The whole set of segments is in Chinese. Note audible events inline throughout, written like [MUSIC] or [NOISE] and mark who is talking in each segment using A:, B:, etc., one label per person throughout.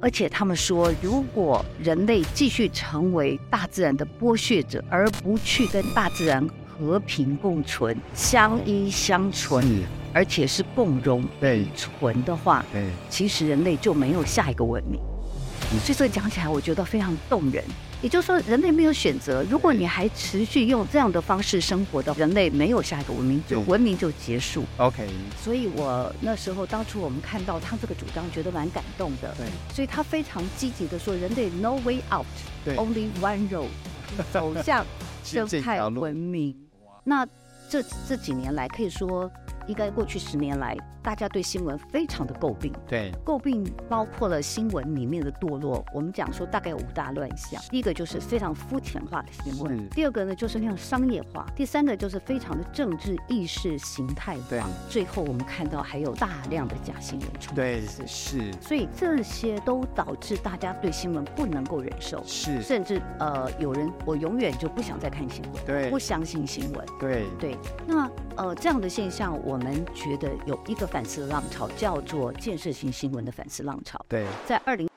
A: 而且他们说，如果人类继续成为大自然的剥削者，而不去跟大自然和平共存、相依相存，
B: 是，
A: 而且是共荣
B: 对
A: 存的话，
B: 对，
A: 其实人类就没有下一个文明。
B: 嗯
A: 所以这个讲起来，我觉得非常动人。也就是说，人类没有选择。如果你还持续用这样的方式生活的，人类没有下一个文明，就
B: 对
A: 文明就结束。
B: ，OK，
A: 所以我那时候当初我们看到他这个主张，觉得蛮感动的。
B: 对
A: 所以他非常积极的说，人类 no way out，
B: 对
A: only one
B: [LAUGHS]
A: road，走向
B: 是
A: 生
B: 这
A: 态
B: 条路
A: 文明。那这这几年来，可以说应该过去十年来，大家对新闻非常的诟病，
B: 对
A: 诟病包括了新闻里面的堕落。我们讲说大概有五大乱象，第一个就是非常肤浅化的新闻
B: 是，
A: 第二个呢就是非常商业化，第三个就是非常的政治意识形态
B: 对
A: 化，最后我们看到还有大量的假新闻出
B: 对
A: 现。是
B: 是
A: 所以这些都导致大家对新闻不能够忍受，
B: 是，
A: 甚至呃，有人我永远就不想再看新闻，
B: 对
A: 不相信新闻。
B: 对
A: 对，那呃这样的现象，我们觉得有一个反思浪潮，叫做建设性新闻的反思浪潮，
B: 对
A: 在二零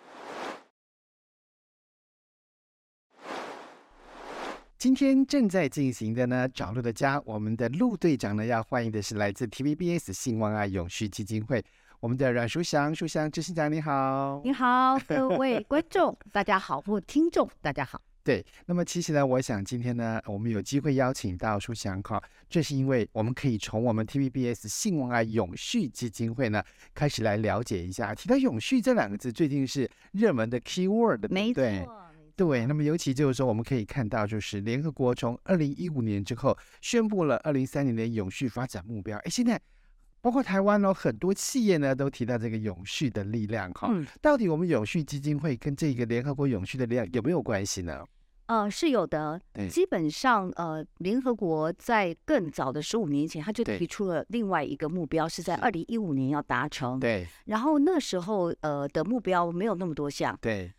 B: 今天正在进行的呢，找路的家，我们的陆队长呢要欢迎的是来自 TVBS 信望爱永续基金会，我们的阮淑祥，淑祥执行长你好。
A: 你好，各位观
B: [LAUGHS]
A: 众，大家好，或听众，大家好。
B: 对，那么其实呢，我想今天呢，我们有机会邀请到舒祥哈，这是因为我们可以从我们 TVBS 信望爱永续基金会呢开始来了解一下。提到永续这两个字，最近是热门的 keyword，对不
A: 没错
B: 对，对，那么尤其就是说，我们可以看到，就是联合国从二零一五年之后宣布了二零三零年永续发展目标。哎，现在包括台湾哦，很多企业呢都提到这个永续的力量哈、
A: 嗯，
B: 到底我们永续基金会跟这个联合国永续的力量有没有关系呢？
A: 呃，是有的
B: 对。
A: 基本上，呃，联合国在更早的十五年前，他就
B: 对
A: 提出了另外一个目标，是在
B: 是
A: 二零一五年要达成。
B: 对
A: 然后那时候，呃，的目标没有那么多项，
B: 对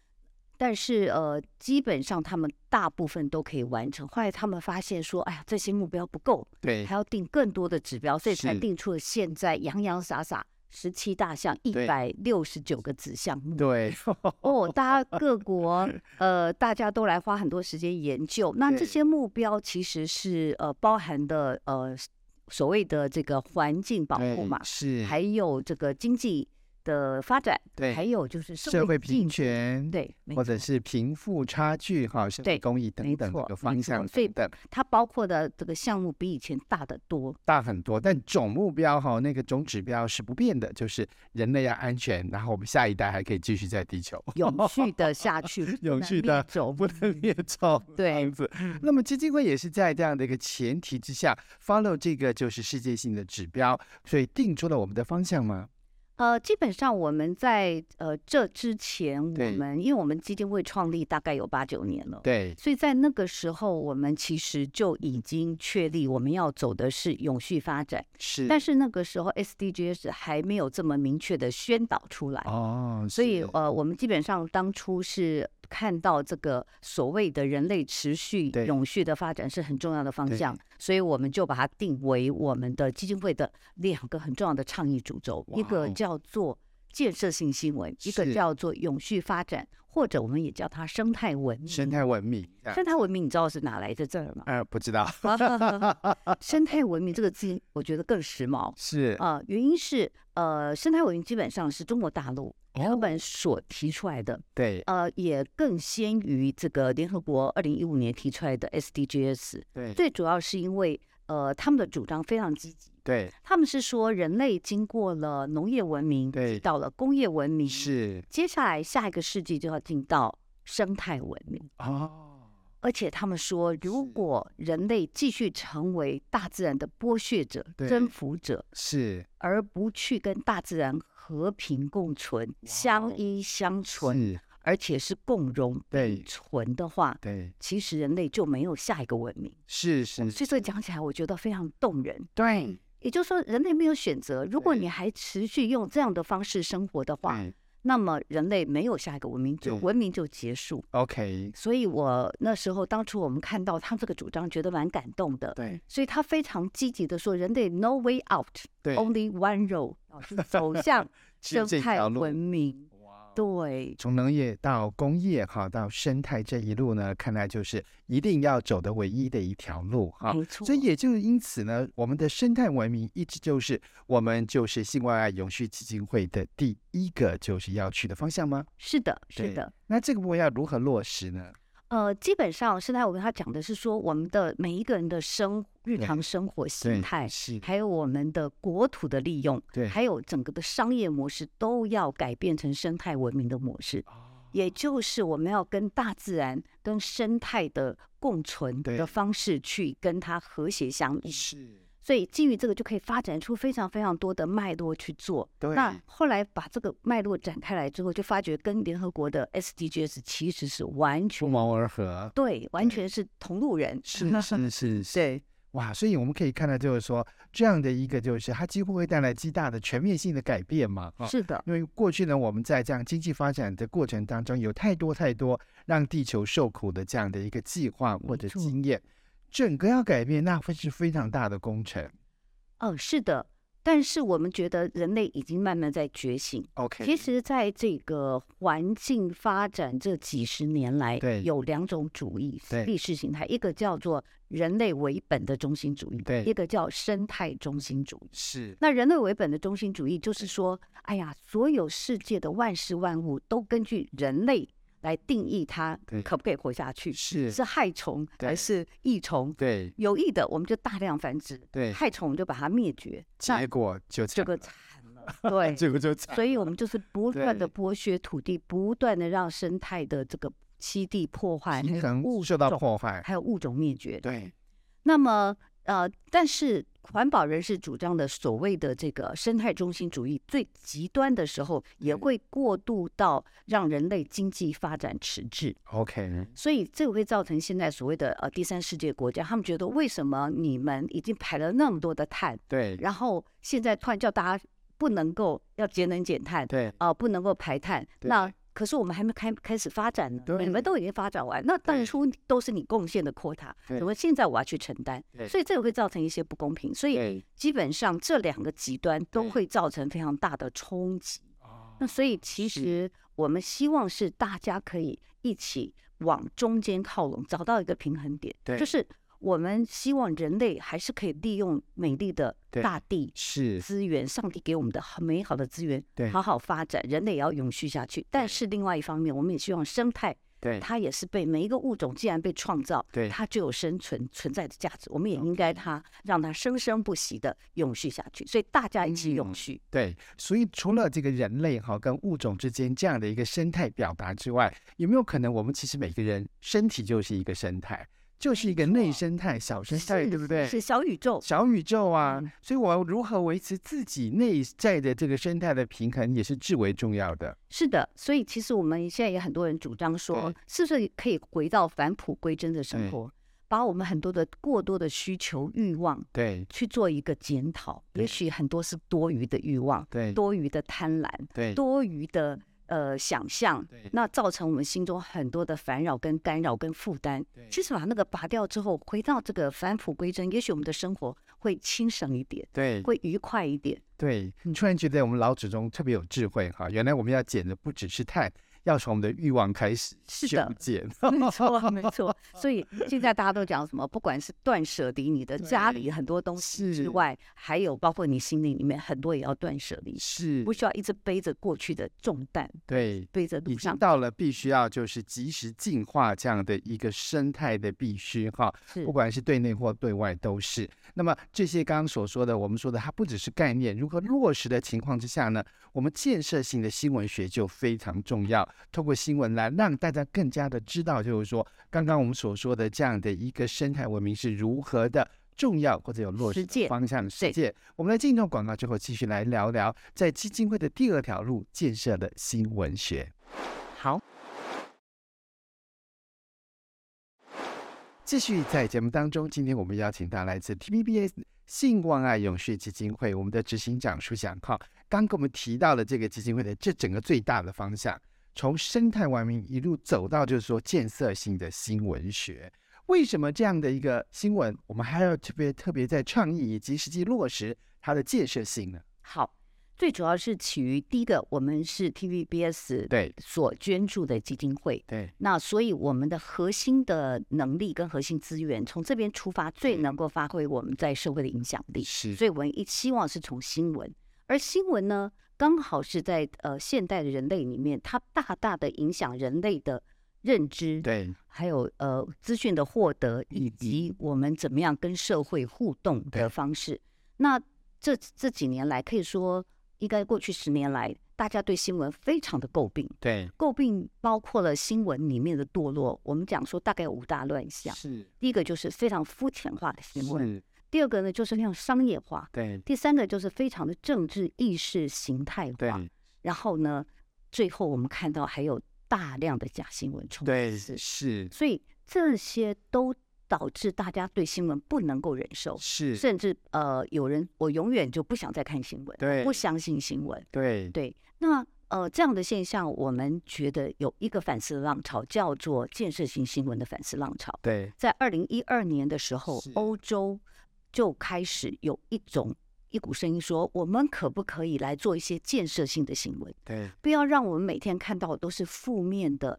A: 但是呃，基本上他们大部分都可以完成。后来他们发现说，哎呀，这些目标不够，
B: 对
A: 还要定更多的指标，所以才
B: 是
A: 定出了现在洋洋洒洒十七大项、一
B: 对
A: 百六十九个子项目。
B: 对， [LAUGHS]
A: 哦，大家各国呃，大家都来花很多时间研究。那这
B: 对
A: 些目标其实是呃包含的呃所谓的这个环境保护
B: 对
A: 嘛，
B: 是
A: 还有这个经济的发展，
B: 对
A: 还有就是
B: 社会平
A: 进
B: 权，
A: 对，没
B: 或者
A: 错
B: 是贫富差距哈，社会
A: 对
B: 公益等
A: 没
B: 等
A: 错
B: 这个
A: 没
B: 方
A: 错
B: 向
A: 所以
B: 等等。
A: 它包括的这个项目比以前大得多。
B: 大很多，但总目标哈、那个总指标是不变的，就是人类要安全，然后我们下一代还可以继续在地球，
A: 永续的下去
B: [LAUGHS] 永续的，
A: 走
B: 不能灭种这
A: 对
B: [LAUGHS] 样子。那么基金会也是在这样的一个前提之下，follow 这个就是世界性的指标，所以定出了我们的方向吗？
A: 呃，基本上我们在呃这之前，我
B: 对
A: 们因为我们基金会创立大概有八九年了，
B: 对
A: 所以在那个时候，我们其实就已经确立我们要走的是永续发展，
B: 是，
A: 但是那个时候 SDGs 还没有这么明确的宣导出来，
B: 哦，
A: 所以
B: 是
A: 呃，我们基本上当初是看到这个所谓的人类持续
B: 对
A: 永续的发展是很重要的方向，所以我们就把它定为我们的基金会的两个很重要的倡议主轴，一
B: 哇
A: 个
B: 哦
A: 叫做建设性新闻，一个
B: 是
A: 叫做永续发展，或者我们也叫它生态文明。
B: 生态文明，这样
A: 生态文明，你知道是哪来的字儿吗？
B: 呃，不知道
A: 生态文明这个字，我觉得更时髦。
B: 啊是
A: 呃，原因是呃，生态文明基本上是中国大陆
B: 哦
A: 他们所提出来的，
B: 对
A: 呃，也更先于这个联合国二零一五年提出来的 SDGs。
B: 对
A: 最主要是因为呃，他们的主张非常积极，
B: 对
A: 他们是说人类经过了农业文明，
B: 对
A: 到了工业文明，
B: 是
A: 接下来下一个世纪就要进到生态文明。
B: 哦，
A: 而且他们说，如
B: 是
A: 果人类继续成为大自然的剥削者、
B: 对
A: 征服者，
B: 是
A: 而不去跟大自然和平共存、
B: 哇哦
A: 相依相存，
B: 是
A: 而且是共荣
B: 对
A: 存的话，
B: 对
A: 其实人类就没有下一个文明。
B: 是是
A: 所以这个讲起来，我觉得非常动人。
B: 对
A: 也就是说，人类没有选择。如果
B: 对
A: 你还持续用这样的方式生活的话，
B: 对
A: 那么人类没有下一个文明，就
B: 对
A: 文明就结束。
B: ，OK，
A: 所以我那时候当初我们看到他这个主张，觉得蛮感动的。
B: 对
A: 所以他非常积极的说，人类 no way out,
B: 对， [LAUGHS]
A: only one road，啊就是走向
B: 只有
A: 哦生
B: 这
A: 态
B: 条路
A: 文明。对，
B: 从农业到工业哈，到生态这一路呢，看来就是一定要走的唯一的一条路哈。
A: 没错。
B: 啊所以也就是因此呢，我们的生态文明一直就是我们就是性关爱永续基金会的第一个就是要去的方向吗？
A: 是的，是
B: 对
A: 的。
B: 那这个部分要如何落实呢？
A: 呃，基本上现在我跟他讲的是说，我们的每一个人的生日
B: 对
A: 常生活
B: 对
A: 形态，
B: 是，
A: 还有我们的国土的利用，
B: 对，
A: 还有整个的商业模式，都要改变成生态文明的模式。也就是我们要跟大自然、跟生态的共存
B: 对
A: 的方式去跟它和谐相依，
B: 是，
A: 所以基于这个就可以发展出非常非常多的脉络去做。
B: 对，
A: 那后来把这个脉络展开来之后，就发觉跟联合国的 SDGs 其实是完
B: 不
A: 全
B: 谋而合，
A: 对，完全是同路人。
B: 是是是是，对，哇，所以我们可以看到，就是说这样的一个，就是它几乎会带来极大的全面性的改变嘛，啊、
A: [LAUGHS] 是的，
B: 因为过去呢，我们在这样经济发展的过程当中，有太多太多让地球受苦的这样的一个计划或者
A: 没错
B: 经验，整个要改变，那会是非常大的工程。啊
A: 哦，是的。但是我们觉得人类已经慢慢在觉醒。
B: OK，
A: 其实，在这个环境发展这几十年来，
B: 对
A: 有两种主义
B: 对
A: 意识形态，一个叫做人类为本的中心主义，
B: 对
A: 一个叫生态中心主义。
B: 是
A: 那人类为本的中心主义就是说，哎呀，所有世界的万事万物都根据人类来定义它
B: 对
A: 可不可以活下去，
B: 是
A: 是害虫
B: 对
A: 还是益虫？
B: 对
A: 有益的我们就大量繁殖，
B: 对，
A: 害虫我们就把它灭绝。那
B: 结果就
A: 这
B: 这
A: 个惨了，
B: [LAUGHS]
A: 对，
B: 结果就惨
A: 所以我们就是不断的
B: 啊对
A: 剥削土地，不断的让生态的这个栖地破坏，
B: 平
A: 还有
B: 衡
A: 物
B: 受到
A: 种
B: 破坏，
A: 还有物种灭绝。
B: 对
A: 那么，呃，但是环保人士主张的所谓的这个生态中心主义，最极端的时候也
B: 对
A: 会过渡到让人类经济发展迟滞。
B: ，OK，
A: 所以这个会造成现在所谓的呃第三世界国家，他们觉得为什么你们已经排了那么多的碳，
B: 对
A: 然后现在突然叫大家不能够要节能减碳，
B: 对
A: 啊、不能够排碳。
B: 对
A: 那可是我们还没开开始发展呢，
B: 对
A: 你们都已经发展完，那当
B: 对
A: 然出都是你贡献的 quota，
B: 对
A: 怎么现在我要去承担
B: 对？
A: 所以这个会造成一些不公平，所以
B: 对，
A: 基本上这两个极端都
B: 对
A: 会造成非常大的冲击。
B: 哦
A: 那所以其
B: 是
A: 实我们希望是大家可以一起往中间靠拢，找到一个平衡点，
B: 对
A: 就是我们希望人类还是可以利用美丽的
B: 对
A: 大地
B: 是
A: 资源，上帝给我们的很美好的资源
B: 对，
A: 好好发展，人类也要永续下去。但是另外一方面，我们也希望生态，
B: 对
A: 它也是被每一个物种既然被创造，
B: 对
A: 它就有生存存在的价值，我们也应该它让它生生不息的永续下去。所以大家一起
B: 嗯
A: 永续，
B: 对，所以除了这个人类哈跟物种之间这样的一个生态表达之外，有没有可能我们其实每个人身体就是一个生态，就是一个内生态、小生态，
A: 是
B: 对不对？
A: 是小宇宙，
B: 小宇宙啊
A: 嗯，
B: 所以我要如何维持自己内在的这个生态的平衡，也是至为重要的。
A: 是的，所以其实我们现在也很多人主张说
B: 对，
A: 是不是可以回到返璞归真的
B: 对
A: 生活，把我们很多的过多的需求、欲望
B: 对
A: 去做一个检讨。也
B: 对
A: 许很多是多余的欲望、
B: 对
A: 多余的贪婪、
B: 对
A: 多余的呃想象
B: 对，
A: 那造成我们心中很多的烦扰、跟干扰、跟负担。
B: 对
A: 其实把那个拔掉之后，回到这个返璞归真，也许我们的生活会轻省一点，
B: 对
A: 会愉快一
B: [LAUGHS]
A: 点。
B: 对，
A: 嗯
B: 突然觉得我们老祖宗特别有智慧哈，原来我们要减的不只是碳，要从我们的欲望开始
A: 是的嗯
B: 修减。
A: 没错，没
B: [LAUGHS]
A: 错。所以现在大家都讲什么，不管是断舍离你的家
B: 对
A: 里很多东西
B: 是
A: 之外，还有包括你心里里面很多也要断舍离，
B: [LAUGHS] 是
A: 不，需要一直背着过去的重担，
B: 对，
A: 背着
B: 已
A: 路
B: 经
A: 上
B: 到了必须要就是及时进化这样的一个生态的必须哈，
A: 是
B: 不管是对内或对外都是。那么这些刚刚所说的，我们说的它不只是概念，如何落实的情况之下呢，我们建设性的新闻学就非常重要。透过新闻来让大家更加的知道，就是说刚刚我们所说的这样的一个生态文明是如何的。重要或者有落实
A: 实
B: 的
A: 践
B: 方向的世
A: 对
B: 界，我们来进一段广告之后，继续来聊聊在基金会的第二条路建设的新闻学。
A: 好。
B: 继续在节目当中，今天我们邀请到来自 TPBS 性关爱永续基金会我们的执行长舒祥浩，刚给我们提到了这个基金会的这整个最大的方向，从生态文明一路走到就是说建设性的新闻学。为什么这样的一个新闻，我们还要特别特别在倡议以及实际落实它的建设性呢？
A: 好，最主要是起于第一个，我们是 TVBS
B: 对
A: 所捐助的基金会，
B: 对，
A: 那所以我们的核心的能力跟核心资源，从这边出发，最能够发挥我们在社会的影响力。
B: 嗯是，
A: 所以我们一希望是从新闻，而新闻呢，刚好是在呃现代的人类里面，它大大的影响人类的认知，
B: 对
A: 还有呃资讯的获得，以
B: 嗯
A: 及我们怎么样跟社会互动
B: 对
A: 的方式。那这这几年来，可以说应该过去十年来，大家对新闻非常的诟病，
B: 对，
A: 诟病包括了新闻里面的堕落。我们讲说大概有五大乱象，
B: 是
A: 第一个就是非常肤浅化的新闻，
B: 是，
A: 第二个呢就是非常商业化，
B: 对
A: 第三个就是非常的政治意识形态
B: 对
A: 化，然后呢，最后我们看到还有大量的假新闻充
B: 对
A: 斥
B: 是
A: 所以这些都导致大家对新闻不能够忍受，
B: 是，
A: 甚至呃，有人我永远就不想再看新闻，
B: 对
A: 不相信新闻。
B: 对
A: 对，那呃这样的现象，我们觉得有一个反思的浪潮，叫做建设性新闻的反思浪潮。
B: 对
A: 在二零一二年的时候
B: 是，
A: 欧洲就开始有一种一股声音说，我们可不可以来做一些建设性的新闻？
B: 对
A: 不要让我们每天看到的都是负面的、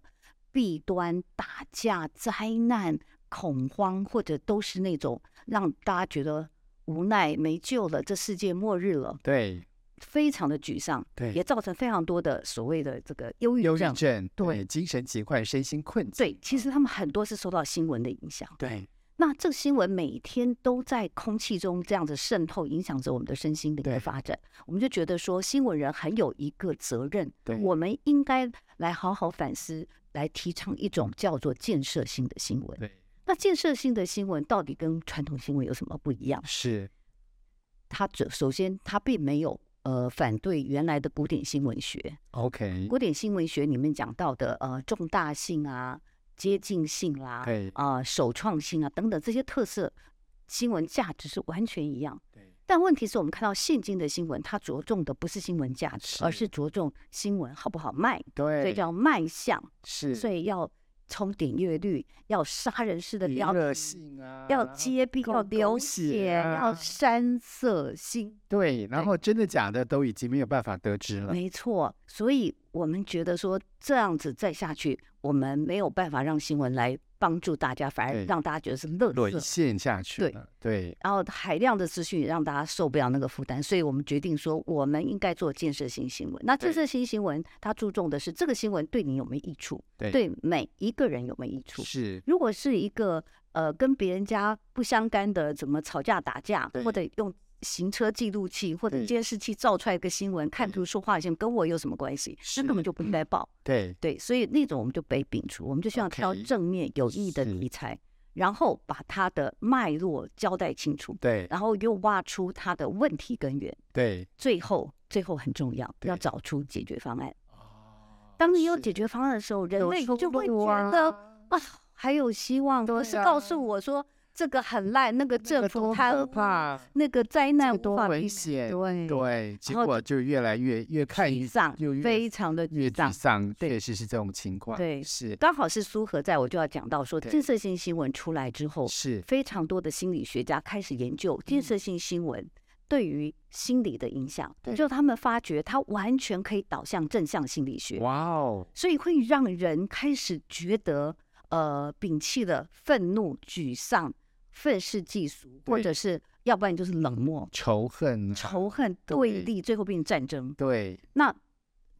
A: 弊端、打架、灾难、恐慌，或者都是那种让大家觉得无奈、没救了，这世界末日了，
B: 对
A: 非常的沮丧，
B: 对，
A: 也造成非常多的所谓的这个忧郁
B: 忧郁
A: 症。
B: 症，
A: 对
B: 对精神疾患、身心困境，
A: 对，其实他们很多是受到新闻的影响。
B: 对
A: 那这个新闻每天都在空气中这样子渗透，影响着我们的身心灵
B: 对
A: 的发展。我们就觉得说，新闻人很有一个责任
B: 对，
A: 我们应该来好好反思，来提倡一种叫做建设性的新闻。
B: 对
A: 那建设性的新闻到底跟传统新闻有什么不一样？
B: 是，
A: 它只首先它并没有呃反对原来的古典新闻学，
B: 嗯 OK，
A: 古典新闻学里面讲到的呃重大性啊、接近性啦、
B: 对
A: 啊、首创性啊等等这些特色，新闻价值是完全一样。
B: 对
A: 但问题是我们看到现今的新闻，它着重的不是新闻价值，而
B: 是
A: 是着重新闻好不好卖，所以
B: 对，
A: 叫卖相，
B: 是
A: 所以要冲点阅率，要杀人式的
B: 娱
A: 标
B: 乐
A: 题
B: 性啊，
A: 要
B: 然后
A: 揭弊，
B: 狗
A: 要流
B: 狗血
A: 血，
B: 啊
A: 要煽色心
B: 对，然
A: 对
B: 后真的假的都已经没有办法得知了，
A: 没错，所以我们觉得说这样子再下去，我们没有办法让新闻来帮助大家，反而
B: 对
A: 让大家觉得是乐
B: 沦
A: 色。
B: 陷下去
A: 对
B: 了，对
A: 然后海量的资讯也让大家受不了那个负担，所以我们决定说，我们应该做建设性新闻。那
B: 对
A: 建设性新闻，它注重的是这个新闻对你有没有益处，
B: 对
A: 对每一个人有没有益处。
B: 是，
A: 如果是一个呃跟别人家不相干的，怎么吵架打架，
B: 对
A: 或者用行车记录器或者
B: 对
A: 监视器照出来一个新闻，看
B: 对
A: 图说话线，跟我有什么关系？
B: 是
A: 那根本就不应该报。
B: 对
A: 对，所以那种我们就被摒除，我们就希望挑
B: OK，
A: 正面有益的
B: 是
A: 题材，然后把它的脉络交代清楚，
B: 对
A: 然后又挖出它的问题根源，
B: 对，
A: 最后最后很重要，要
B: 对
A: 找出解决方案。
B: 哦
A: 当你有
B: 是
A: 解决方案的时候，人
B: 有
A: 类
B: 出
A: 就会
B: 路
A: 觉得
B: 啊
A: 啊，还有希望，
B: 对
A: 不是
B: 呀
A: 告诉我说这个很烂，那个
B: 这
A: 政
B: 个
A: 府
B: 多
A: 贪
B: 可
A: 污，
B: 怕，
A: 那个灾
B: 这
A: 难
B: 个
A: 无
B: 多
A: 法避
B: 危
A: 免
B: 险，
A: 对，
B: 对，结
A: 后
B: 果就越来越越看
A: 沮
B: 越
A: 丧
B: 就越
A: 非常的
B: 越
A: 沮
B: 沮
A: 丧。
B: 丧，
A: 对
B: 确实是这种情况，
A: 对
B: 是
A: 刚好是苏和在我就要讲到说，
B: 对
A: 建设性新闻出来之后，
B: 是，嗯
A: 非常多的心理学家开始研究建设性新闻对于心理的影响，
B: 对
A: 就他们发觉它完全可以导向正向心理学，
B: 哇哦，
A: 所以会让人开始觉得，呃，摒弃了愤怒、沮丧、愤世嫉俗，或
B: 对
A: 者是要不然就是冷漠、
B: 仇恨啊，
A: 仇恨、
B: 对
A: 对立，最后变成战争。
B: 对
A: 那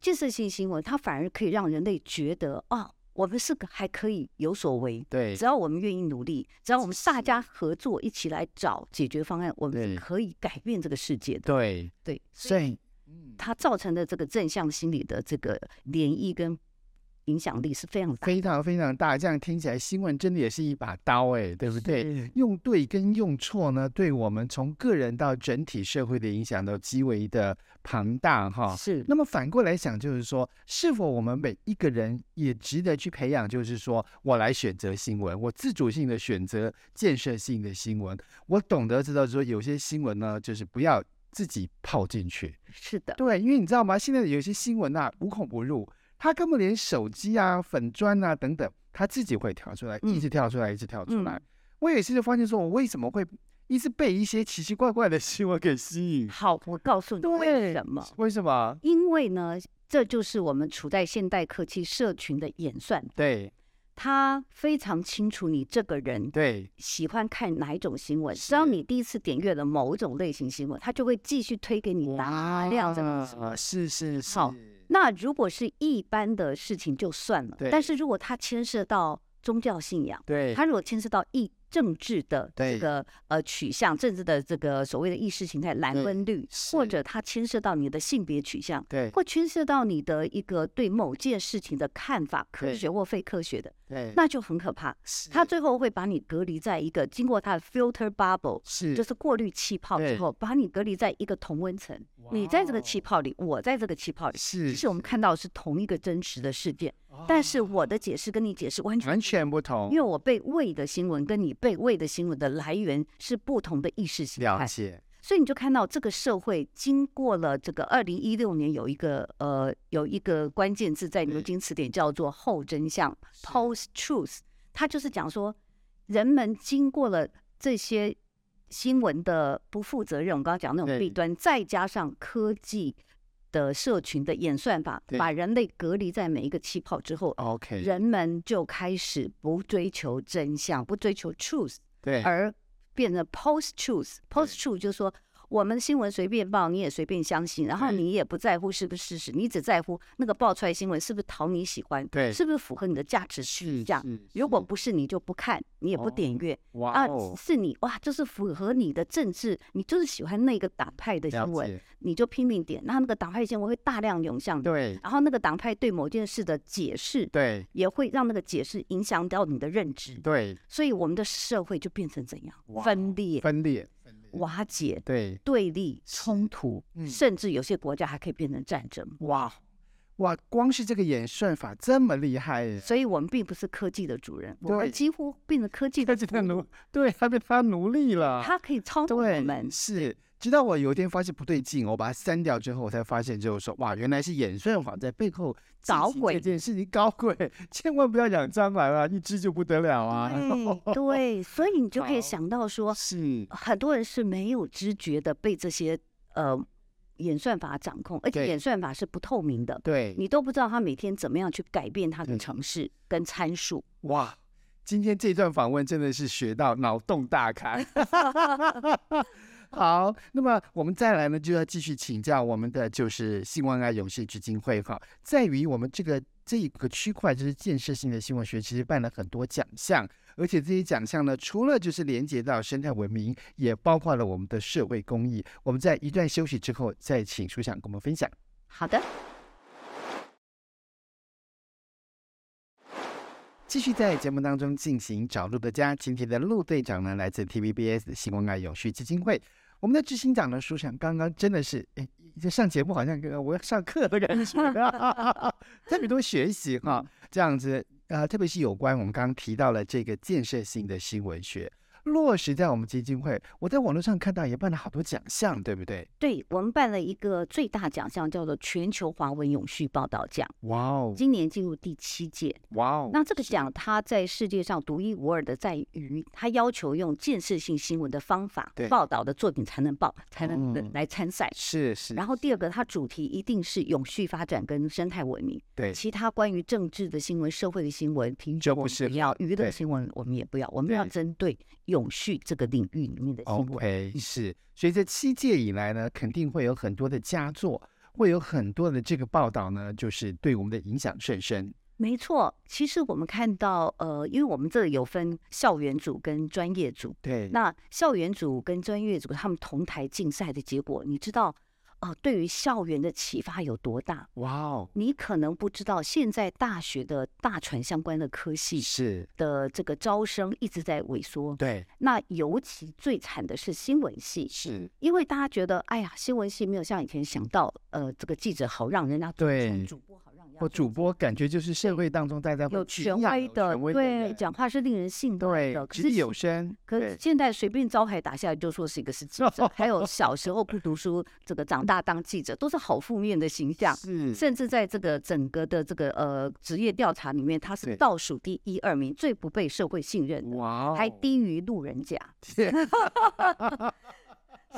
A: 建设性新闻，它反而可以让人类觉得，啊，我们是个还可以有所为，
B: 对
A: 只要我们愿意努力，只要我们大家合作，一起来找解决方案，我们
B: 对
A: 是可以改变这个世界的。
B: 对，
A: 对，
B: 所以嗯
A: 它造成的这个正向心理的这个涟漪跟影响力是非常大的。
B: 非常非常大，这样听起来新闻真的也是一把刀哎，对不对？用对跟用错呢，对我们从个人到整体社会的影响都极为的庞大哈。
A: 是
B: 啊那么反过来想，就是说，是否我们每一个人也值得去培养？就是说我来选择新闻，我自主性的选择建设性的新闻，我懂得知道说，有些新闻呢，就是不要自己泡进去。
A: 是的，
B: 对，因为你知道吗？现在有些新闻啊，无孔不入，他根本连手机啊、粉砖啊等等，他自己会跳出来，一
A: 嗯
B: 直跳出来，一直跳出来。
A: 嗯
B: 我有一次就发现，说我为什么会一直被一些奇奇怪怪的新闻给
A: [LAUGHS]
B: 吸引。
A: 好，我告诉你为什么？
B: 为什么？
A: 因为呢，这就是我们处在现代科技社群的演算，
B: 对
A: 它非常清楚你这个人
B: 对，
A: 喜欢看哪一种新闻。
B: 是
A: 只要你第一次点阅了某一种类型新闻，它就会继续推给你大量这个新闻。
B: 啊，是是是，
A: 好那如果是一般的事情就算了
B: 对，
A: 但是如果它牵涉到宗教信仰，
B: 对，
A: 它如果牵涉到一政治的
B: 对
A: 这个呃取向，政治的这个所谓的意识形态蓝
B: 对
A: 跟绿，
B: 是
A: 或者它牵涉到你的性别取向，
B: 对
A: 或牵涉到你的一个对某件事情的看法，科
B: 对
A: 学或非科学的，
B: 对，
A: 那就很可怕。
B: 是
A: 它最后会把你隔离在一个经过它的 filter bubble，
B: 是
A: 就是过滤气泡之
B: 对哦
A: 后，把你隔离在一个同温层。你在这个气泡里，我在这个气泡里。
B: 是
A: 其实我们看到的是同一个真实的事件，
B: 哦
A: 但是我的解释跟你解释完全
B: 完全不同
A: 因，为我被喂的新闻跟你被喂的新闻的来源是不同的意识形
B: 了
A: 态，
B: 解，
A: 所以你就看到这个社会经过了这个二零一六年有一个呃有一个关键字在牛津词典叫做后真相
B: 是
A: （post truth），它就是讲说人们经过了这些新闻的不负责任，我刚刚讲那种
B: 对
A: 弊端，再加上科技。的社群的演算法
B: 对哦
A: 把人类隔离在每一个气泡之后，
B: ，OK，
A: 人们就开始不追求真相，不追求 truth，
B: 对，
A: 而变成 post truth。post truth 就是说，我们新闻随便报，你也随便相信，然后
B: 对
A: 你也不在乎是不是事实，你只在乎那个爆出来新闻是不是讨你喜欢，
B: 对
A: 是不是符合你的价值取
B: 是
A: 向。
B: 是
A: 如果
B: 是
A: 不是，你就不看，你也不点阅、
B: 哇
A: 啊
B: 哦，，
A: 是你哇，就是符合你的政治，你就是喜欢那个党派的新
B: 了
A: 闻，
B: 解，
A: 你就拼命点，那那个党派新闻会大量涌向你，
B: 对
A: 然后那个党派对某件事的解释
B: 对
A: 也会让那个解释影响到你的认知，
B: 对，
A: 所以我们的社会就变成怎样
B: 哇
A: 分裂、
B: 分裂，
A: 瓦解、
B: 对，
A: 对立、
B: 是
A: 冲突，
B: 嗯
A: 甚至有些国家还可以变成战争。
B: 哇哇，光是这个演算法这么厉害耶，
A: 所以我们并不是科技的主人，我
B: 对
A: 们几乎变成科技
B: 科
A: 的
B: 技
A: 俘
B: 的
A: 虏，
B: 奴，对，他被哦他奴隶了，
A: 它可以操纵我们
B: 对，。是。直到我有一天发现不对劲，我把它删掉之后，我才发现就是说，哇，原来是演算法在背后进
A: 搞
B: 行这
A: 鬼
B: 件事情搞鬼，千万不要养蟑螂啊，一只就不得了啊！ [LAUGHS]
A: 对对，所以你就可以
B: 好
A: 想到说，
B: 是，
A: 很多人是没有知觉的被这些呃演算法掌控，而且
B: 对
A: 演算法是不透明的。
B: 对，嗯
A: 你都不知道他每天怎么样去改变他
B: 对
A: 的城市跟参数。
B: 哇，今天这段访问真的是学到脑洞大开。好，那么我们再来呢，就要继续请教我们的就是性关爱勇士基金会哈，在于我们这个这个区块就是建设性的新闻学，其实办了很多奖项，而且这些奖项呢，除了就是连接到生态文明，也包括了我们的社会公益。我们在一段休息之后，再请舒想跟我们分享。
A: 好的，
B: 继续在节目当中进行找路的家，今天的陆队长呢，来自 TVBS 的星光爱永续基金会。我们的执行长呢，舒想刚刚真的是，哎，这上节目好像跟我要上课的感觉， [LAUGHS] 特别多学习哈，
A: 嗯
B: 这样子，呃，特别是有关我们刚刚提到了这个建设性的新闻学落实在我们基金会，我在网络上看到也办了好多奖项，对不对？
A: 对我们办了一个最大奖项，叫做全球华文永续报道奖，
B: 哇哦，
A: 今年进入第七届。
B: 哇哦，
A: 那这个奖它在世界上独一无二的，在于它要求用建设性新闻的方法
B: 对
A: 报道的作品才能报，才能
B: 嗯
A: 来参赛。
B: 是是，
A: 然后第二个，它主题一定是永续发展跟生态文明。
B: 对
A: 其他关于政治的新闻、社会的新闻、平
B: 就
A: 时
B: 不
A: 我们
B: 是
A: 不要娱乐
B: 对
A: 新闻，我们也不要，我们要
B: 对
A: 针对永续这个领域里面的新闻。嗯
B: OK，是。随着七届以来呢，肯定会有很多的佳作，会有很多的这个报道呢，就是对我们的影响甚深。
A: 没错，其实我们看到，呃，因为我们这里有分校园组跟专业组，
B: 对，
A: 那校园组跟专业组他们同台竞赛的结果，你知道，呃，对于校园的启发有多大？
B: 哇哦，
A: 你可能不知道，现在大学的大传相关的科系
B: 是，
A: 的这个招生一直在萎缩，
B: 对，
A: 那尤其最惨的是新闻系，
B: 是，
A: 因为大家觉得，哎呀，新闻系没有像以前想到，呃，这个记者好让人家
B: 对
A: 主播好让人家要
B: 我主播感觉就是社会当中大家
A: 有
B: 会去
A: 权
B: 仰
A: 威
B: 有
A: 的，
B: 权威
A: 对，
B: 人
A: 讲话是令人信赖
B: 对
A: 的。可
B: 掷地
A: 是
B: 有声，
A: 可
B: 对
A: 是现在随便招牌打下来就说是一个是
B: [LAUGHS]
A: 记者，还有小时候不读书，这个长大当记者，都是好负面的形象。
B: 是
A: 甚至在这个整个的这个呃职业调查里面，他
B: 对
A: 是倒数第一二名，最不被社会信任的，
B: 哇哦，
A: 还低于路人
B: [LAUGHS]
A: 甲。
B: 天，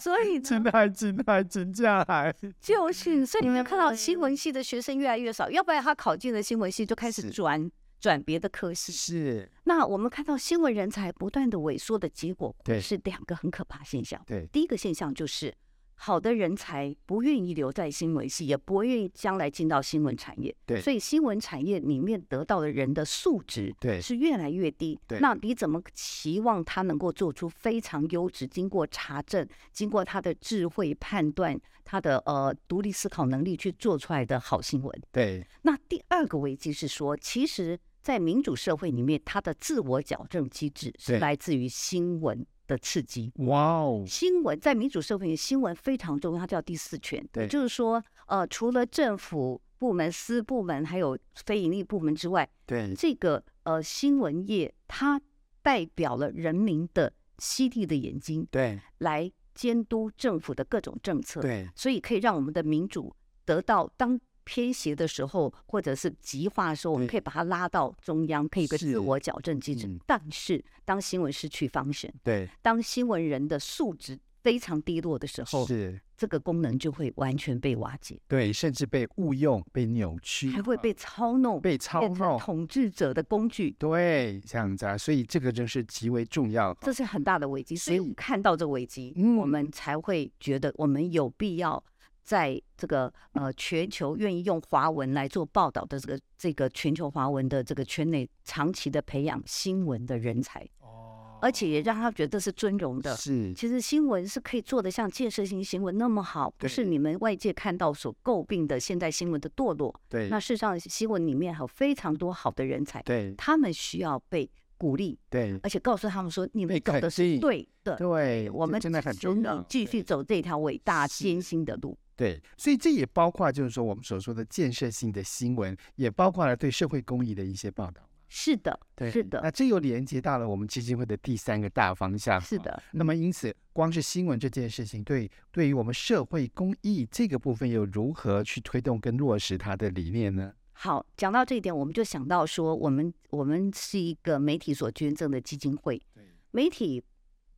A: 所以呢，
B: 真的还真的还真这样还
A: 就是所以你们看到
B: 嗯
A: 新闻系的学生越来越少，要不然他考进了新闻系就开
B: 是
A: 始转转别的科系。
B: 是，
A: 那我们看到新闻人才不断的萎缩的结果，
B: 对
A: 是两个很可怕现象。
B: 对
A: 第一个现象就是，好的人才不愿意留在新闻系，也不愿意将来进到新闻产业。
B: 对
A: 所以新闻产业里面得到的人的素质，
B: 对
A: 是越来越低。
B: 对
A: 那你怎么期望他能够做出非常优质、经过查证、经过他的智慧判断、他的呃独立思考能力去做出来的好新闻？
B: 对
A: 那第二个危机是说，其实，在民主社会里面，它的自我矫正机制
B: 对
A: 是来自于新闻的刺激。
B: 哇哦
A: 新闻在民主社会里，新闻非常重要，它叫第四权。
B: 对
A: 也就是说，呃，除了政府部门、私部门还有非盈利部门之外，
B: 对
A: 这个呃新闻业它代表了人民的犀利的眼睛，
B: 对
A: 来监督政府的各种政策。
B: 对
A: 所以可以让我们的民主得到当偏斜的时候，或者是极化的时候，我们
B: 对
A: 可以把它拉到中央，配一个
B: 是
A: 自我矫正机制。
B: 嗯
A: 但是，当新闻失去方向，
B: 对
A: 当新闻人的素质非常低落的时候，
B: 是，
A: 这个功能就会完全被瓦解，
B: 对，甚至被误用、被扭曲，
A: 还会被操弄，
B: 嗯啊被操
A: 变成
B: 弄，
A: 统治者的工具。
B: 对，这样子啊，所以这个真是极为重要。啊
A: 这是很大的危机，所以
B: 所以
A: 我们看到这危机，
B: 嗯
A: 我们才会觉得我们有必要在这个呃全球愿意用华文来做报道的这个这个全球华文的这个圈内，长期的培养新闻的人才，
B: 哦
A: 而且也让他觉得是尊荣的。
B: 是
A: 其实新闻是可以做的像建设性新闻那么好，不
B: 对
A: 是你们外界看到所诟病的现在新闻的堕落。
B: 对
A: 那事实上，新闻里面还有非常多好的人才，
B: 对
A: 他们需要被鼓励，
B: 对
A: 而且告诉他们说，你
B: 被
A: 们走
B: 肯
A: 的是
B: 定
A: 对的，
B: 对，
A: 我
B: 这
A: 们
B: 真的
A: 支
B: 很
A: 持
B: 重
A: 你
B: 要，啊
A: 继续走这条伟大艰辛的路。
B: 对，所以这也包括就是说我们所说的建设性的新闻，也包括了对社会公益的一些报道。
A: 是的，
B: 对，
A: 是的
B: 那这又连接到了我们基金会的第三个大方向。
A: 是
B: 啊
A: 的。
B: 那么，因此，光是新闻这件事情，对对于我们社会公益这个部分，又如何去推动跟落实它的理念呢？
A: 好，讲到这一点，我们就想到说，我们我们是一个媒体所捐赠的基金会，
B: 对，
A: 媒体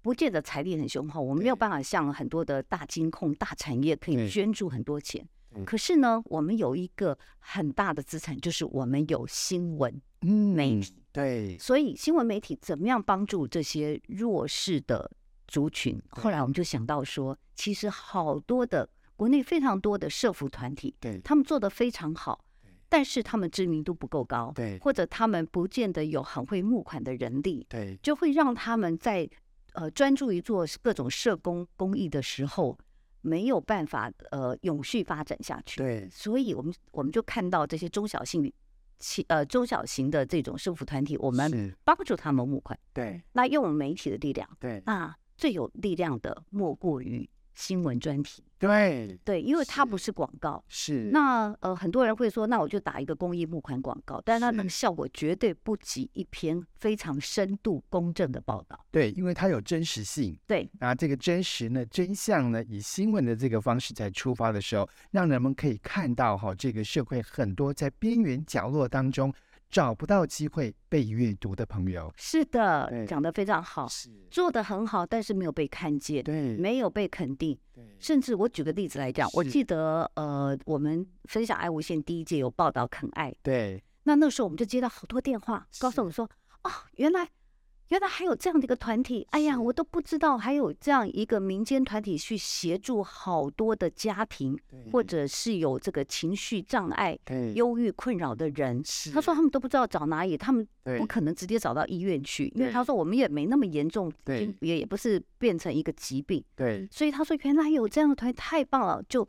A: 不见得财力很雄厚，我们没有
B: 对
A: 办法像很多的大金控、大产业可
B: 对
A: 以捐助很多钱
B: 对。
A: 可是呢，我们有一个很大的资产，就是我们有新闻。
B: 嗯
A: 媒体
B: 对，
A: 所以新闻媒体怎么样帮助这些弱势的族群？后来我们就想到说，其实好多的国内非常多的社服团体，
B: 对，
A: 他们做得非常好
B: 对，
A: 但是他们知名度不够高，
B: 对
A: 或者他们不见得有很会募款的人力，
B: 对，
A: 就会让他们在呃专注于做各种社工公益的时候，没有办法呃永续发展下去。
B: 对，
A: 所以我们我们就看到这些中小型企呃中小型的这种社服团体，我们
B: 是，
A: 帮助他们募款，
B: 对，
A: 那用媒体的力量，
B: 对，
A: 那最有力量的莫过于新闻专题，
B: 对，
A: 对，因为它不
B: 是嗯
A: 是广告。
B: 是，
A: 那呃，很多人会说，那我就打一个公益募款广告，但它那
B: 是
A: 个效果绝对不及一篇非常深度公正的报道。
B: 对，因为它有真实性。
A: 对，
B: 啊，这个真实呢，真相呢，以新闻的这个方式在出发的时候，让人们可以看到哈、这个社会很多在边缘角落当中找不到机会被阅读的朋友。
A: 是
B: 对
A: 的，讲得非常好，
B: 是，
A: 做得很好，但是没有被看见，
B: 对，
A: 没有被肯定。
B: 对，
A: 甚至我举个例子来讲，我
B: 是
A: 记得呃，我们分享爱无限第一届有报道肯爱，
B: 对，
A: 那那时候我们就接到好多电话，告诉我们说，哦，原来原来还有这样的一个团体，哎呀，
B: 是
A: 我都不知道还有这样一个民间团体去协助好多的家庭，或
B: 嗯
A: 者是有这个情绪障碍、
B: 对，
A: 忧郁困扰的人。
B: 嗯是，
A: 他说他们都不知道找哪里，他们
B: 对
A: 不可能直接找到医院去，因为
B: 对
A: 他说我们也没那么严重，
B: 对
A: 也也也不是变成一个疾病。
B: 对，
A: 所以他说原来有这样的团体，太棒了，就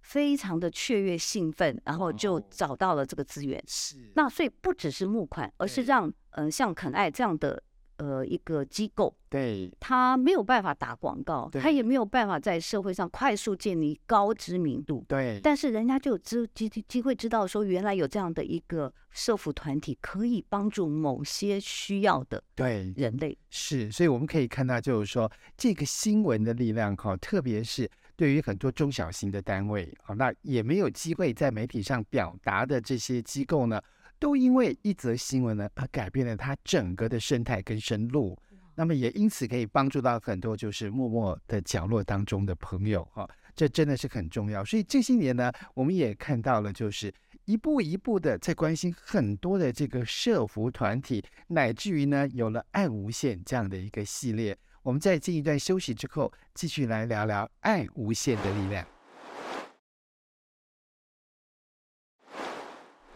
A: 非常的雀跃兴奋，然后就
B: 哇哦
A: 找到了这个资源。
B: 是，
A: 那所以不只是募款，而是
B: 对
A: 让嗯、呃像肯爱这样的呃一个机构，
B: 对，
A: 它没有办法打广告，
B: 对
A: 它也没有办法在社会上快速建立高知名度。
B: 对，
A: 但是人家就有知机机会知道说，原来有这样的一个社服团体可以帮助某些需要的
B: 对，
A: 人类。
B: 是，所以我们可以看到，就是说这个新闻的力量哈，特别是对于很多中小型的单位啊，那也没有机会在媒体上表达的这些机构呢，都因为一则新闻呢而改变了它整个的生态跟生路。那么也因此可以帮助到很多就是默默的角落当中的朋友哈、这真的是很重要。所以这些年呢，我们也看到了，就是一步一步的在关心很多的这个社服团体，乃至于呢有了“爱无限”这样的一个系列。我们在这一段休息之后，继续来聊聊“爱无限”的力量。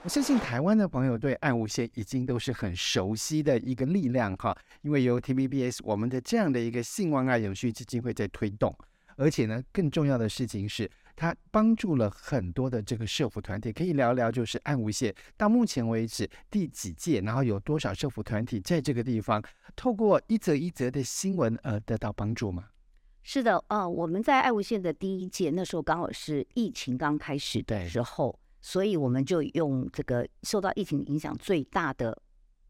B: 我相信台湾的朋友对爱无限已经都是很熟悉的一个力量哈，因为由 TVBS 我们的这样的一个性望爱永续基金会在推动，而且呢，更重要的事情是，它帮助了很多的这个社服团体。可以聊聊就是爱无限到目前为止第几届，然后有多少社服团体在这个地方透过一则一则的新闻而得到帮助吗？
A: 是的，呃，我们在爱无线的第一届，那时候刚好是疫情刚开始
B: 对
A: 的时候，所以我们就用这个受到疫情影响最大的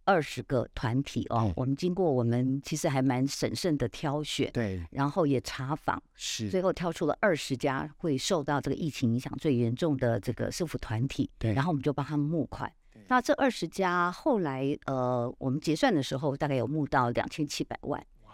A: 二十个团体哦
B: 嗯，
A: 我们经过我们其实还蛮审慎的挑选，
B: 对，
A: 然后也查访，最
B: 是，
A: 后挑出了二十家会受到这个疫情影响最严重的这个社服团体，
B: 对
A: 然后我们就帮他们募款
B: 对。
A: 那这二十家后来，呃，我们结算的时候大概有募到两千七百万，
B: 哦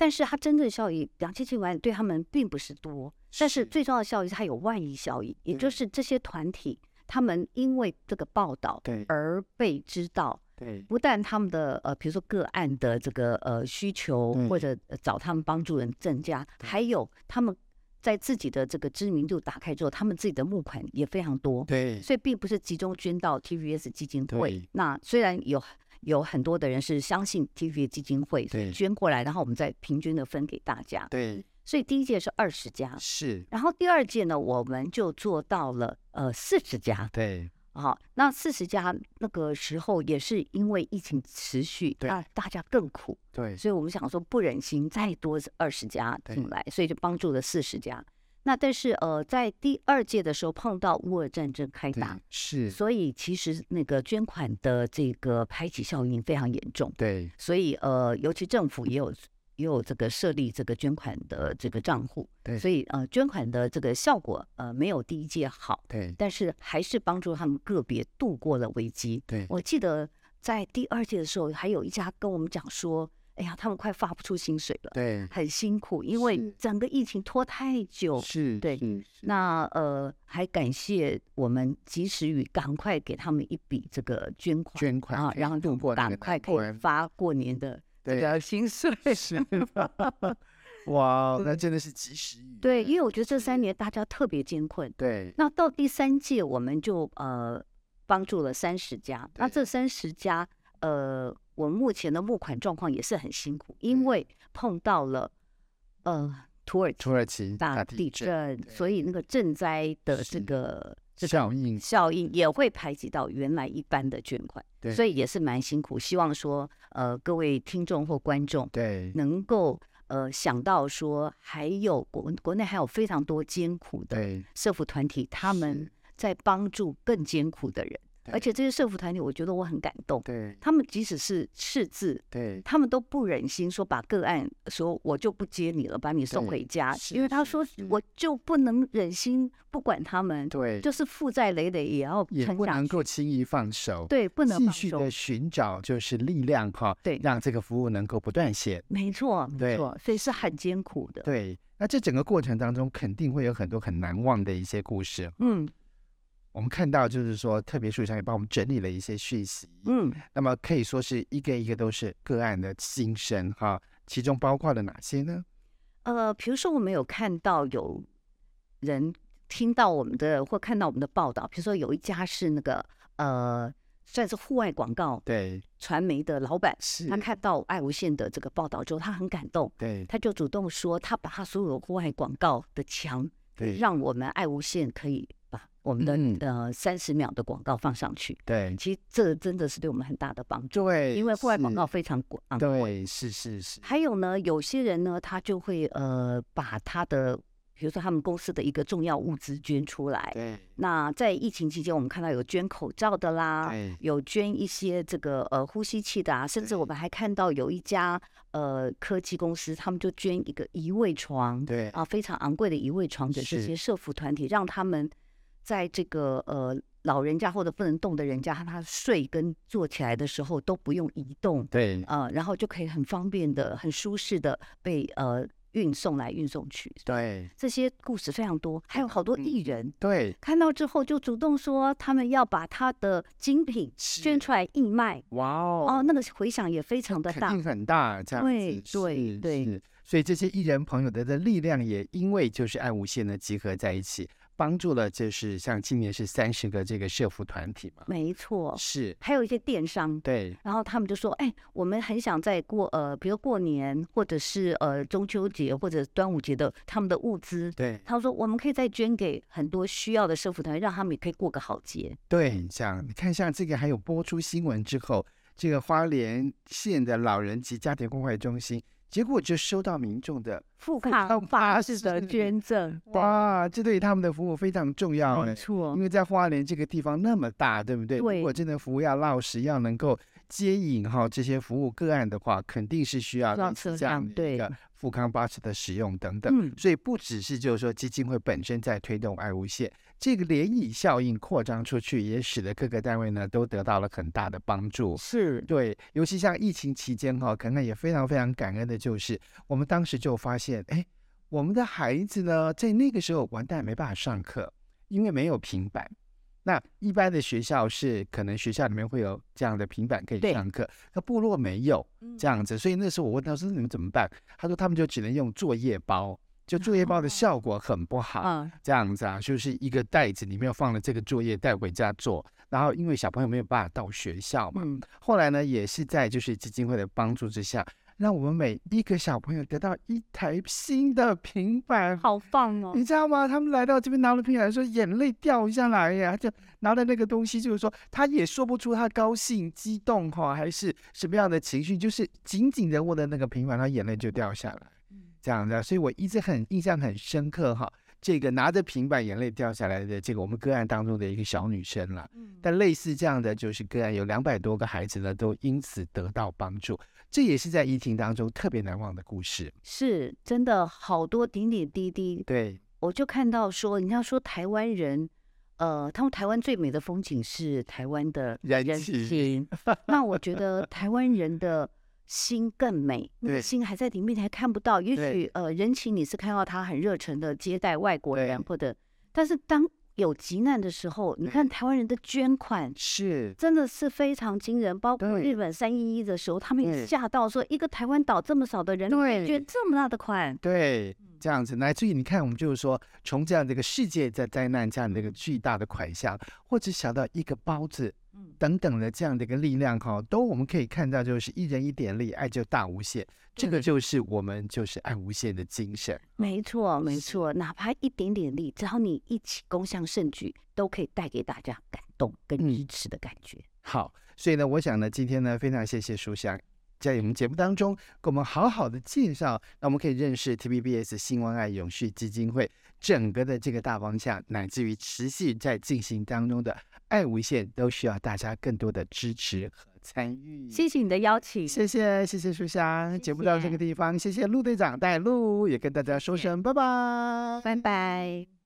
A: 但是它真正的效益两千七百万对他们并不是多，但是
B: 是
A: 最重要的效益是它有外溢效益，也就
B: 对
A: 是这些团体他们因为这个报道
B: 对
A: 而被知道，
B: 对，
A: 不但他们的呃，比如说个案的这个呃需求
B: 对
A: 或者呃找他们帮助人增加，还有他们在自己的这个知名度打开之后，他们自己的募款也非常多，
B: 对，
A: 所以并不是集中捐到 TVS 基金
B: 对
A: 会。那虽然有有很多的人是相信 TVS 基金会
B: 对
A: 捐过来，然后我们再平均的分给大家，
B: 对，
A: 所以第一届是二十家，
B: 是，
A: 然后第二届呢，我们就做到了呃四十家。
B: 对，
A: 啊，那四十家那个时候也是因为疫情持续，
B: 对
A: 那大家更苦，
B: 对，
A: 所以我们想说不忍心再多二十家进
B: 对
A: 来，所以就帮助了四十家。那但是呃，在第二届的时候碰到乌俄战争开
B: 对
A: 打，，
B: 是，
A: 所以其实那个捐款的这个排挤效应非常严重，
B: 对，
A: 所以呃，尤其政府也有也有这个设立这个捐款的这个账户，
B: 对
A: 所以呃，捐款的这个效果呃没有第一届好。
B: 对，
A: 但是还是帮助他们个别度过了危机。
B: 对，
A: 我记得在第二届的时候，还有一家跟我们讲说，哎呀，他们快发不出薪水了，
B: 对，
A: 很辛苦，因为
B: 是
A: 整个疫情拖太久。
B: 是，嗯
A: 对
B: 是，是
A: 那呃，还感谢我们及时雨，赶快给他们一笔这个捐款
B: 捐款
A: 啊
B: 可，以
A: 然后
B: 度过那
A: 赶
B: 个
A: 快
B: 难
A: 可以
B: 关
A: 发过年的这
B: 对
A: 个薪水。
B: 是吧？ [LAUGHS] 哇，那真的是及时雨。
A: 对，因为我觉得这三年大家特别艰困，
B: 对
A: 那到第三届，我们就呃帮助了三十家。那
B: 对
A: 这三十家，呃，我们目前的募款状况也是很辛苦，因
B: 对
A: 为碰到了呃土耳其
B: 土耳其
A: 大
B: 地
A: 地震，所以那个赈灾的这
B: 是
A: 个这个
B: 效应，
A: 效应也会排挤到原来一般的捐款，
B: 对
A: 所以也是蛮辛苦。希望说呃各位听众或观众
B: 对
A: 能够。呃，想到说还有国国内还有非常多艰苦的
B: 对，
A: 社服团体，他们
B: 是
A: 在帮助更艰苦的人，
B: 对
A: 而且这些社服团体，我觉得我很感动。
B: 对
A: 他们即使是赤字，
B: 对
A: 他们都不忍心说把个案说我就不接你了，把你送
B: 对
A: 回家，
B: 是
A: 因为他
B: 是
A: 说
B: 是
A: 我就不能忍心不管他们，
B: 对，
A: 就是负债累累也要
B: 也
A: 撑
B: 不
A: 下
B: 能
A: 去，
B: 够轻易放手，，
A: 对，不能
B: 继
A: 放
B: 续
A: 手
B: 的寻找就是力量哈，
A: 对
B: 让这个服务能够不断线。
A: 没错，没
B: 对
A: 错，所以是很艰苦的。
B: 对，那这整个过程当中肯定会有很多很难忘的一些故事。
A: 嗯
B: 我们看到就是说，特别树上也帮我们整理了一些讯息，
A: 嗯，
B: 那么可以说是一个一个都是个案的心声哈，其中包括了哪些呢？
A: 呃，比如说我们有看到有人听到我们的或看到我们的报道，比如说有一家是那个呃，算是户外广告
B: 对，
A: 传媒的老板，
B: 是
A: 他看到爱无限的这个报道之后，他很感动，
B: 对
A: 他就主动说他把他所有户外广告的墙，
B: 对
A: 让我们爱无限可以把我们的、
B: 嗯
A: 呃三十秒的广告放上去。
B: 对
A: 其实这真的是对我们很大的帮助，
B: 对，
A: 因为户外广
B: 是
A: 告非常广。
B: 对，是是是，
A: 还有呢，有些人呢，他就会呃把他的，比如说他们公司的一个重要物资捐出来。
B: 对
A: 那在疫情期间，我们看到有捐口罩的啦，
B: 对
A: 有捐一些这个呃呼吸器的啊，甚至我
B: 对
A: 们还看到有一家呃科技公司，他们就捐一个移位床，
B: 对
A: 啊，非常昂贵的移位床给这
B: 是
A: 些社服团体，让他们在这个呃老人家或者不能动的人家，他睡跟坐起来的时候都不用移动，
B: 对，
A: 呃，然后就可以很方便的、很舒适的被呃运送来运送去。
B: 对
A: 这些故事非常多，还有好多
B: 嗯
A: 艺人
B: 对，
A: 看到之后就主动说他们要把他的精品
B: 是
A: 捐出来义卖，
B: 哇
A: 哦
B: 哦，，
A: 那个回响也非常的
B: 肯
A: 大
B: 定。很大，这样
A: 对
B: 子
A: 对
B: 是
A: 对
B: 是所以这些艺人朋友的的力量也因为就是爱无限的集合在一起，帮助了就是像今年是三十个这个社服团体嘛，
A: 没错，
B: 是，
A: 还有一些电商。
B: 对
A: 然后他们就说：“哎，我们很想在过呃，比如过年，或者是呃中秋节或者端午节的他们的物资，
B: 对
A: 他们说我们可以再捐给很多需要的社福团体，让他们也可以过个好节。
B: 对，这样你看像这个还有播出新闻之后，这个花莲县的老人及家庭关怀中心，结果就收到民众的
A: 富
B: 康
A: 康巴
B: 巴
A: 士的
B: 士
A: 捐赠，
B: 哇，这对他们的服务非常重要哎
A: 没。错
B: 因，为在花莲这个地方那么大，对不对？如
A: 对
B: 果真的服务要落实，要能够接引哈这些服务个案的话，肯定是需要
A: 需要
B: 类似
A: 车
B: 这样
A: 辆
B: 的一
A: 对
B: 个富康巴士的使用等等。
A: 嗯，
B: 所以不只是就是说基金会本身在推动爱无限，这个涟漪效应扩张出去，也使得各个单位呢都得到了很大的帮助。
A: 是
B: 对，尤其像疫情期间哈、可能也非常非常感恩的就是，我们当时就发现，哎，我们的孩子呢，在那个时候完蛋没办法上课，因为没有平板。那一般的学校是可能学校里面会有这样的平板可以
A: 对
B: 上课，可部落没有
A: 嗯
B: 这样子，所以那时候我问他说你们怎么办？他说他们就只能用作业包，就作业
A: 哦
B: 包的效果很不好。
A: 啊，
B: 这样子啊，就是一个袋子里面放了这个作业带回家做，然后因为小朋友没有办法到学校嘛，
A: 嗯，
B: 后来呢也是在就是基金会的帮助之下，让我们每一个小朋友得到一台新的平板。
A: 好棒哦
B: 你，知道吗？他们来到这边拿了平板的时候，眼泪掉下来呀，就拿了那个东西，就是说他也说不出他高兴、激动哈、还是什么样的情绪，就是紧紧的握着那个平板，他眼泪就掉下来，这样的。所以我一直很印象很深刻哈、这个拿着平板眼泪掉下来的这个我们个案当中的一个小女生啦，
A: 嗯
B: 但类似这样的就是个案有两百多个孩子呢，都因此得到帮助，这也是在疫情当中特别难忘的故事。
A: 是真的好多点点滴滴，
B: 对，
A: 我就看到说，人家说台湾人，呃，他们台湾最美的风景是台湾的
B: 人
A: [LAUGHS]
B: 情
A: 情。那我觉得台湾人的心更美，那
B: 对
A: 个心还在里面，你还看不到。也
B: 对
A: 许呃，人情你是看到他很热忱的接待外国人
B: 对
A: 或者，但是当有急难的时候，你看台湾人的捐款。
B: 是，
A: 真的是非常惊人，包括
B: 对
A: 日本三一一的时候，他们
B: 对
A: 也吓到说，一个台湾岛这么少的人，
B: 对
A: 捐这么大的款，
B: 对，这样子，乃至于你看，我们就是说，从这样的一个世界在灾难这样的一个巨大的款项，或者小到一个包子
A: 嗯，
B: 等等的这样的一个力量哈，都我们可以看到，就是一人一点力，爱就大无限。这个
A: 对
B: 就是我们就是爱无限的精神。
A: 没错，没
B: 是
A: 错，哪怕一点点力，只要你一起攻向胜局，都可以带给大家感动跟
B: 嗯
A: 支持的感觉。
B: 好，所以呢，我想呢，今天呢，非常谢谢书香在我们节目当中给我们好好的介绍，那我们可以认识 TBBS 新关爱永续基金会整个的这个大方向，乃至于持续在进行当中的爱无限，都需要大家更多的支持和参与。
A: 谢谢你的邀请，
B: 谢谢谢谢书香，节目到这个地方，谢谢陆队长带路，也跟大家说
A: 谢谢
B: 声拜拜。
A: 拜拜。